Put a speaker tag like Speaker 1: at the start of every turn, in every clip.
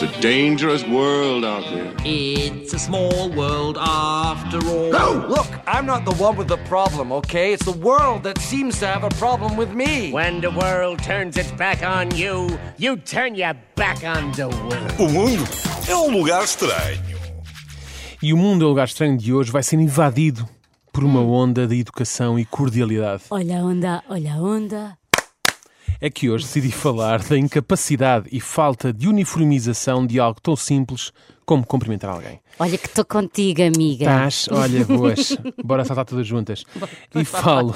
Speaker 1: It's a dangerous world out there.
Speaker 2: It's a small world after all.
Speaker 3: Look, I'm not the one with the problem, okay? It's the world that seems to have a problem with me.
Speaker 4: When the world turns its back on you, you turn your back on the world.
Speaker 5: O mundo é um lugar estranho.
Speaker 6: E o mundo é o lugar estranho de hoje vai ser invadido por uma onda de educação e cordialidade.
Speaker 7: Olha a onda, olha a onda.
Speaker 6: É que hoje decidi falar da incapacidade e falta de uniformização de algo tão simples como cumprimentar alguém.
Speaker 7: Olha que estou contigo, amiga.
Speaker 6: Estás, olha, boas. Bora saltar todas juntas. E falo,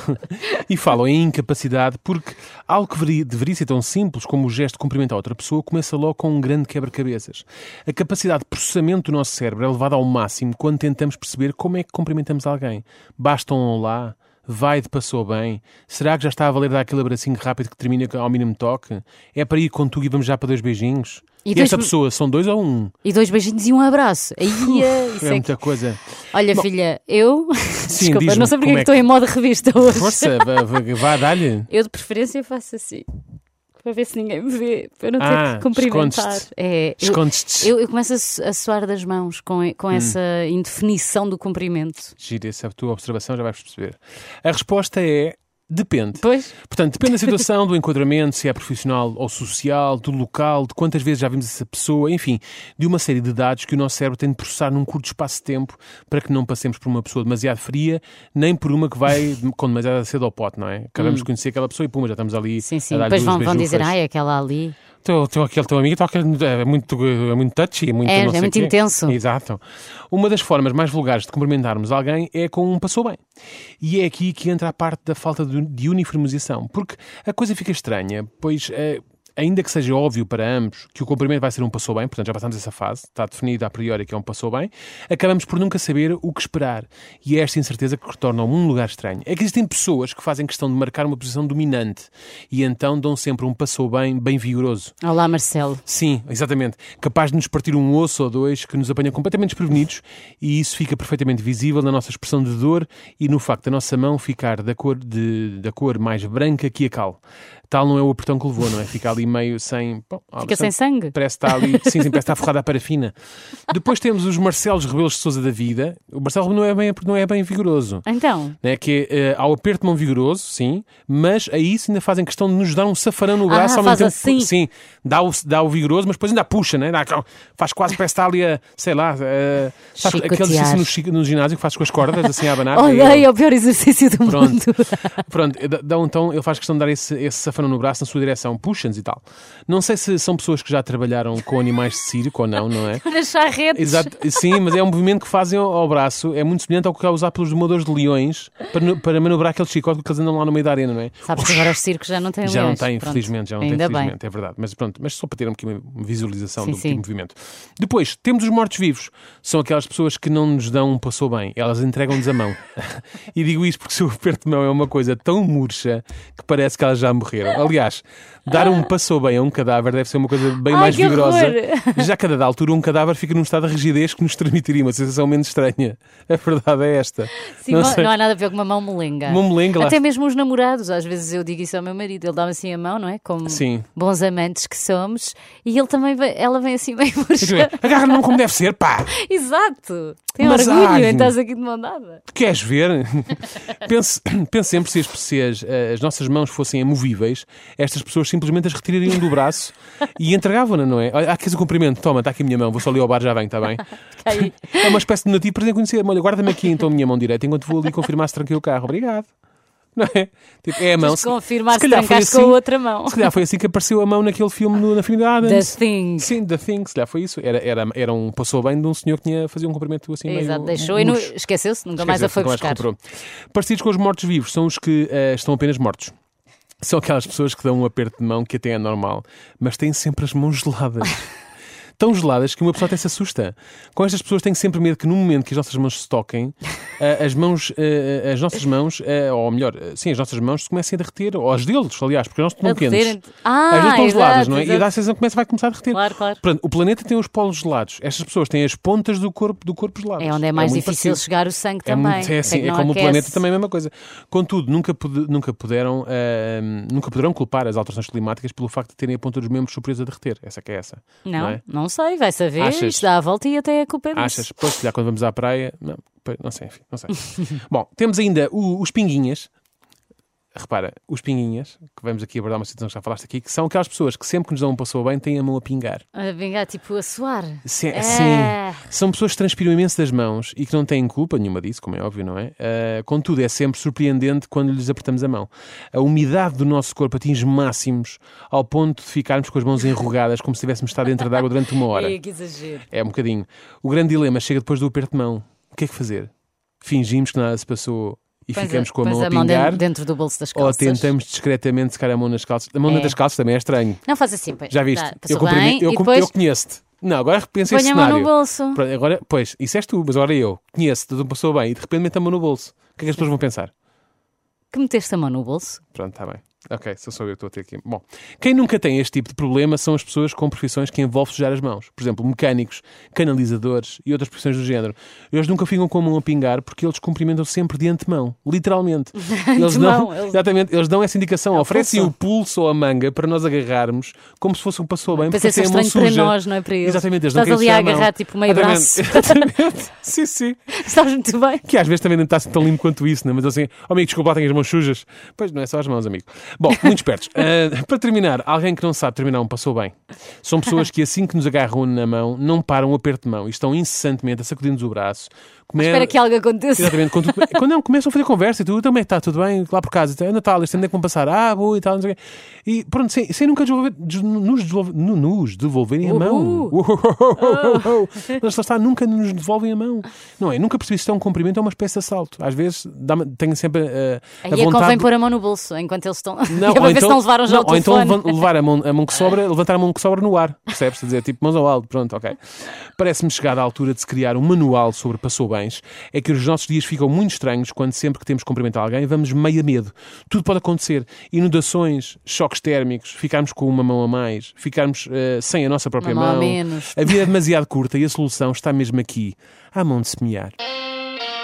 Speaker 6: e falo em incapacidade porque algo que deveria, deveria ser tão simples como o gesto de cumprimentar outra pessoa começa logo com um grande quebra-cabeças. A capacidade de processamento do nosso cérebro é levada ao máximo quando tentamos perceber como é que cumprimentamos alguém. Basta um olá. Vai de passou bem? Será que já está a valer dar aquele abracinho rápido que termina ao mínimo toque? É para ir com tu e vamos já para dois beijinhos?
Speaker 7: E
Speaker 6: E,
Speaker 7: dois
Speaker 6: esta
Speaker 7: be-
Speaker 6: pessoa, são dois ou um?
Speaker 7: E dois beijinhos e um abraço. Aí, isso
Speaker 6: é
Speaker 7: é que-
Speaker 6: muita coisa.
Speaker 7: Olha, filha, eu. Desculpa,
Speaker 6: diz-me
Speaker 7: não sei
Speaker 6: como
Speaker 7: porque é que
Speaker 6: é
Speaker 7: estou
Speaker 6: que-
Speaker 7: em modo revista hoje.
Speaker 6: Força, vá, vá- vá dar-lhe.
Speaker 7: Eu, de preferência, faço assim. Para ver se ninguém me vê. Para não ter
Speaker 6: Ah,
Speaker 7: que cumprimentar.
Speaker 6: escondes-te.
Speaker 7: É, eu,
Speaker 6: Escondes-te. Hum.
Speaker 7: eu, eu começo a, su- a suar das mãos com, e- com essa indefinição do cumprimento.
Speaker 6: Gira essa é tua observação, já vais perceber. A resposta é depende.
Speaker 7: Pois?
Speaker 6: Portanto, depende da situação, do enquadramento, se é profissional ou social, do local, de quantas vezes já vimos essa pessoa, enfim, de uma série de dados que o nosso cérebro tem de processar num curto espaço de tempo para que não passemos por uma pessoa demasiado fria, nem por uma que vai com demasiada cedo ao pote, não é? Acabamos de conhecer aquela pessoa e pum, já estamos ali.
Speaker 7: Hum. Sim, sim.
Speaker 6: a dar-lhe
Speaker 7: Depois
Speaker 6: duas
Speaker 7: vão, vão dizer, "Ah,
Speaker 6: beijufas.
Speaker 7: ai, aquela ali.
Speaker 6: Teu, teu, aquele teu amigo toca, é muito, é muito touchy, é muito,
Speaker 7: É,
Speaker 6: não
Speaker 7: é
Speaker 6: sei
Speaker 7: muito
Speaker 6: quê.
Speaker 7: intenso.
Speaker 6: Exato. Uma das formas mais vulgares de cumprimentarmos alguém é com um passou bem. E é aqui que entra a parte da falta de de uniformização, porque a coisa fica estranha, pois. eh, Ainda que seja óbvio para ambos que o cumprimento vai ser um passou bem, portanto já passamos essa fase, está definido a priori que é um passou bem, acabamos por nunca saber o que esperar. E é esta incerteza que torna um lugar estranho. É que existem pessoas que fazem questão de marcar uma posição dominante e então dão sempre um passou bem, bem vigoroso.
Speaker 7: Olá, Marcelo.
Speaker 6: Sim, exatamente. Capaz de nos partir um osso ou dois que nos apanha completamente desprevenidos e isso fica perfeitamente visível na nossa expressão de dor e no facto da nossa mão ficar da cor, de- da cor mais branca que a cal. Tal não é o apertão que levou, não é? Fica ali meio sem... bom, há
Speaker 7: Fica sem
Speaker 6: bastante-
Speaker 7: sangue?
Speaker 6: Parece que está ali, sim, sim, parece que está forrada à parafina. Depois temos os Marcelos Rebelos de Sousa da vida. O Marcelo não é bem, não é bem vigoroso.
Speaker 7: Então.
Speaker 6: Né, que é, eh, há o aperto de mão vigoroso, sim, mas a isso ainda fazem questão de nos dar um safarão no
Speaker 7: Ah,
Speaker 6: braço ao mesmo
Speaker 7: faz
Speaker 6: tempo.
Speaker 7: assim.
Speaker 6: Sim, dá o, dá o vigoroso, mas depois ainda puxa, né? Dá- faz quase parece estar ali a, sei lá, eh, sabes,
Speaker 7: Chicotear.
Speaker 6: aquele exercício no, chi- no ginásio que faz com as cordas, assim a abanar.
Speaker 7: Olhei, é o pior exercício do
Speaker 6: Pronto.
Speaker 7: mundo.
Speaker 6: Pronto, eh, dá- dá um tom, ele faz questão de dar esse, esse safanão no braço na sua direção, puxa-nos e tal. Não sei se são pessoas que já trabalharam com animais de circo ou não, não é?
Speaker 7: Para charretes.
Speaker 6: Exato, sim, mas é um movimento que fazem ao, ao braço, é muito semelhante ao que é usado pelos domadores de leões para, no- para manobrar aquele chicote que eles andam lá no meio da arena, não é?
Speaker 7: Sabes que agora os circos já não têm
Speaker 6: Já não
Speaker 7: leões.
Speaker 6: tem,
Speaker 7: Pronto.
Speaker 6: infelizmente, já não
Speaker 7: Ainda
Speaker 6: tem,
Speaker 7: bem.
Speaker 6: infelizmente, é verdade. Mas pronto, mas só para ter um bocadinho uma visualização
Speaker 7: Sim,
Speaker 6: do
Speaker 7: sim.
Speaker 6: tipo de movimento. Depois, temos os mortos-vivos. São aquelas pessoas que não nos dão um passou bem, elas entregam-nos a mão. e digo isto porque o seu aperto de mão é uma coisa tão murcha que parece que elas já morreram. Aliás, dar um passou bem a um cadáver deve ser uma coisa bem
Speaker 7: Ah. Ai,
Speaker 6: mais
Speaker 7: que
Speaker 6: vigorosa.
Speaker 7: horror!
Speaker 6: Já a cada da altura, um cadáver fica num estado de rigidez que nos transmitiria uma sensação menos estranha. A verdade é esta.
Speaker 7: Sim, não,
Speaker 6: sei-
Speaker 7: não há nada a ver com uma mão molenga.
Speaker 6: Uma molenga, lá
Speaker 7: Até
Speaker 6: está.
Speaker 7: mesmo os namorados, às vezes eu digo isso ao meu marido, ele dá-me assim a mão, não é? Como
Speaker 6: Sim.
Speaker 7: bons amantes que somos, e ele também vem- ela vem assim bem
Speaker 6: Isto é,
Speaker 7: murcha.
Speaker 6: Agarra-me como deve ser, pá!
Speaker 7: Exato! Tem
Speaker 6: Mas
Speaker 7: orgulho
Speaker 6: ai.
Speaker 7: em estás aqui de mão dada.
Speaker 6: Queres ver? Pense, pense sempre se as, pessoas, eh, as nossas mãos fossem amovíveis, estas pessoas simplesmente as retirariam do braço e entregavam-na, não é? Olha, aqui o cumprimento, toma, está aqui a minha mão, vou só ali ao bar, já vem, está bem?
Speaker 7: Fica aí.
Speaker 6: É uma espécie de nativo para conhecer. Olha, guarda-me aqui então a minha mão direita enquanto vou ali confirmar se tranquei o carro. Obrigado. Não é? Tipo, é a mão.
Speaker 7: Tens de confirmar se
Speaker 6: calhar foi assim-
Speaker 7: trancaste com a outra mão.
Speaker 6: Se calhar foi assim que apareceu a mão naquele filme no, na Família Adams.
Speaker 7: The Thing.
Speaker 6: Sim, The Thing, se calhar foi isso. Era, era, era um passou bem de um senhor que tinha, fazia um cumprimento assim meio
Speaker 7: Exato, deixou e não-
Speaker 6: murcho.
Speaker 7: esqueceu-se, nunca mais a
Speaker 6: Esquece,
Speaker 7: foi
Speaker 6: nunca
Speaker 7: buscar.
Speaker 6: mais recuperou. Parecidos com os mortos-vivos são os que eh, estão apenas mortos. São aquelas pessoas que dão um aperto de mão que até é normal, mas têm sempre as mãos geladas. tão geladas que uma pessoa até se assusta. Com estas pessoas tenho sempre medo que no momento que as nossas mãos se toquem, eh, as mãos, eh, as nossas mãos, eh, ou melhor, eh, sim, as nossas mãos se comecem a derreter, ou as deles, aliás, porque nós estamos
Speaker 7: A
Speaker 6: quentes.
Speaker 7: derreterem. Ah,
Speaker 6: as duas estão
Speaker 7: exato,
Speaker 6: geladas, não é? E
Speaker 7: exato.
Speaker 6: dá a sensação que começa, vai começar a derreter.
Speaker 7: Claro, claro.
Speaker 6: Portanto, o planeta tem os polos gelados. Estas pessoas têm as pontas do corpo, do corpo geladas.
Speaker 7: É onde é mais
Speaker 6: muito
Speaker 7: difícil
Speaker 6: parecido.
Speaker 7: chegar o sangue
Speaker 6: É,
Speaker 7: também.
Speaker 6: muito- é assim,
Speaker 7: que
Speaker 6: é
Speaker 7: não
Speaker 6: como o
Speaker 7: aquece.
Speaker 6: planeta também é a mesma coisa. Contudo, nunca, pude- nunca puderam ah, nunca poderão culpar as alterações climáticas pelo facto de terem a ponta dos membros superiores a derreter. Essa que é essa.
Speaker 7: Não, não,
Speaker 6: é?
Speaker 7: sei, vai saber.
Speaker 6: Achas?
Speaker 7: Isto dá a volta e até a culpa é disso.
Speaker 6: Achas? Pois, se calhar, quando vamos à praia. Não, pois, não sei, enfim, não sei. Bom, temos ainda o- os pinguinhas. Repara, os pinguinhas, que vamos aqui abordar uma situação que já falaste aqui, que são aquelas pessoas que sempre que nos dão um passou bem têm a mão a pingar.
Speaker 7: A vingar, tipo, a suar.
Speaker 6: Sim,
Speaker 7: É.
Speaker 6: sim. São pessoas que transpiram imenso das mãos e que não têm culpa nenhuma disso, como é óbvio, não é? Ah, contudo, é sempre surpreendente quando lhes apertamos a mão. A umidade do nosso corpo atinge máximos ao ponto de ficarmos com as mãos enrugadas, como se tivéssemos estado dentro d'água durante uma hora.
Speaker 7: Ei, que exagero.
Speaker 6: É um bocadinho. O grande dilema chega depois do aperto de mão. O que é que fazer? Fingimos que nada se passou e
Speaker 7: Pões
Speaker 6: ficamos com a
Speaker 7: pões
Speaker 6: mão a
Speaker 7: é, mão
Speaker 6: pingar?
Speaker 7: dentro, dentro do bolso das
Speaker 6: ou
Speaker 7: calças.
Speaker 6: tentamos discretamente secar a mão nas calças? A mão
Speaker 7: É.
Speaker 6: nas calças também é estranho.
Speaker 7: Não faz assim, pois.
Speaker 6: Já viste?
Speaker 7: Dá,
Speaker 6: eu
Speaker 7: passou
Speaker 6: comprimi-
Speaker 7: bem
Speaker 6: eu,
Speaker 7: e
Speaker 6: com-
Speaker 7: depois
Speaker 6: eu conheço-te. Não, agora repensa esse
Speaker 7: põe a mão
Speaker 6: cenário.
Speaker 7: no bolso.
Speaker 6: Pronto, Agora, pois, isso és tu, mas agora eu. Conheço-te, não passou bem e de repente mete a mão no bolso. O que é que as pessoas vão pensar?
Speaker 7: Que meteste a mão no bolso?
Speaker 6: Pronto, está bem. Ok, só sou eu, estou a ter aqui. Bom, quem nunca tem este tipo de problema são as pessoas com profissões que envolvem sujar as mãos. Por exemplo, mecânicos, canalizadores e outras profissões do género. Eles nunca ficam com a mão a pingar porque eles cumprimentam sempre de antemão, literalmente. Eles
Speaker 7: Antemão,
Speaker 6: dão,
Speaker 7: eles- É
Speaker 6: Exatamente, eles dão essa indicação. Oferecem
Speaker 7: pulso.
Speaker 6: o pulso ou a manga para nós agarrarmos como se fosse um passou bem.
Speaker 7: Pois
Speaker 6: porque
Speaker 7: é, só
Speaker 6: tem a mão
Speaker 7: estranho para
Speaker 6: suja.
Speaker 7: nós, não é para eles.
Speaker 6: Exatamente, eles não
Speaker 7: Estás
Speaker 6: querem
Speaker 7: ali a
Speaker 6: sujar mão.
Speaker 7: agarrar, tipo, meio braço.
Speaker 6: Exatamente. Exatamente. sim, sim.
Speaker 7: Estás muito bem.
Speaker 6: Que às vezes também não está assim tão limpo quanto isso, né? mas assim, oh, amigo, desculpa, lá tenho as mãos sujas. Pois não é só as mãos, amigo. Bom, muito espertos. Ah, para terminar, alguém que não sabe terminar um passou bem. São pessoas que assim que nos agarram na mão, não param o aperto de mão e estão incessantemente a sacudir-nos o braço. Come-
Speaker 7: Espera que algo aconteça.
Speaker 6: Exatamente, quando, tu- quando é não, começam a fazer conversa e tu também está tudo bem lá por casa, é Natal, este ano é que vão passar, ah, boa e tal, não sei o quê. E pronto, sem, sem nunca desenvolver- des- nos, desenvolver- nu- nos devolverem a mão.
Speaker 7: Uhul.
Speaker 6: Uou. Mas lá está, nunca nos devolvem a mão. Não é? Nunca percebi se isto é um cumprimento ou uma espécie de assalto. Às vezes dá-me- tenho sempre eh, a
Speaker 7: Aí é
Speaker 6: vontade.
Speaker 7: convém
Speaker 6: de-
Speaker 7: pôr a mão no bolso enquanto eles estão.
Speaker 6: Não,
Speaker 7: é para
Speaker 6: ou
Speaker 7: ver se não levaram já
Speaker 6: não,
Speaker 7: o
Speaker 6: ou então
Speaker 7: telefone.
Speaker 6: levan- levar a mão, a mão que sobra, levantar a mão que sobra no ar, percebes? Quer Dizer, tipo mãos ao alto, pronto, ok. Parece-me chegar à altura de se criar um manual sobre passou bens. É que os nossos dias ficam muito estranhos quando sempre que temos que cumprimentar alguém vamos meio a medo. Tudo pode acontecer: inundações, choques térmicos, ficarmos com uma mão a mais, ficarmos eh, sem a nossa própria
Speaker 7: Uma mão a
Speaker 6: mão.
Speaker 7: menos.
Speaker 6: A vida é demasiado curta e a solução está mesmo aqui, à mão de semear.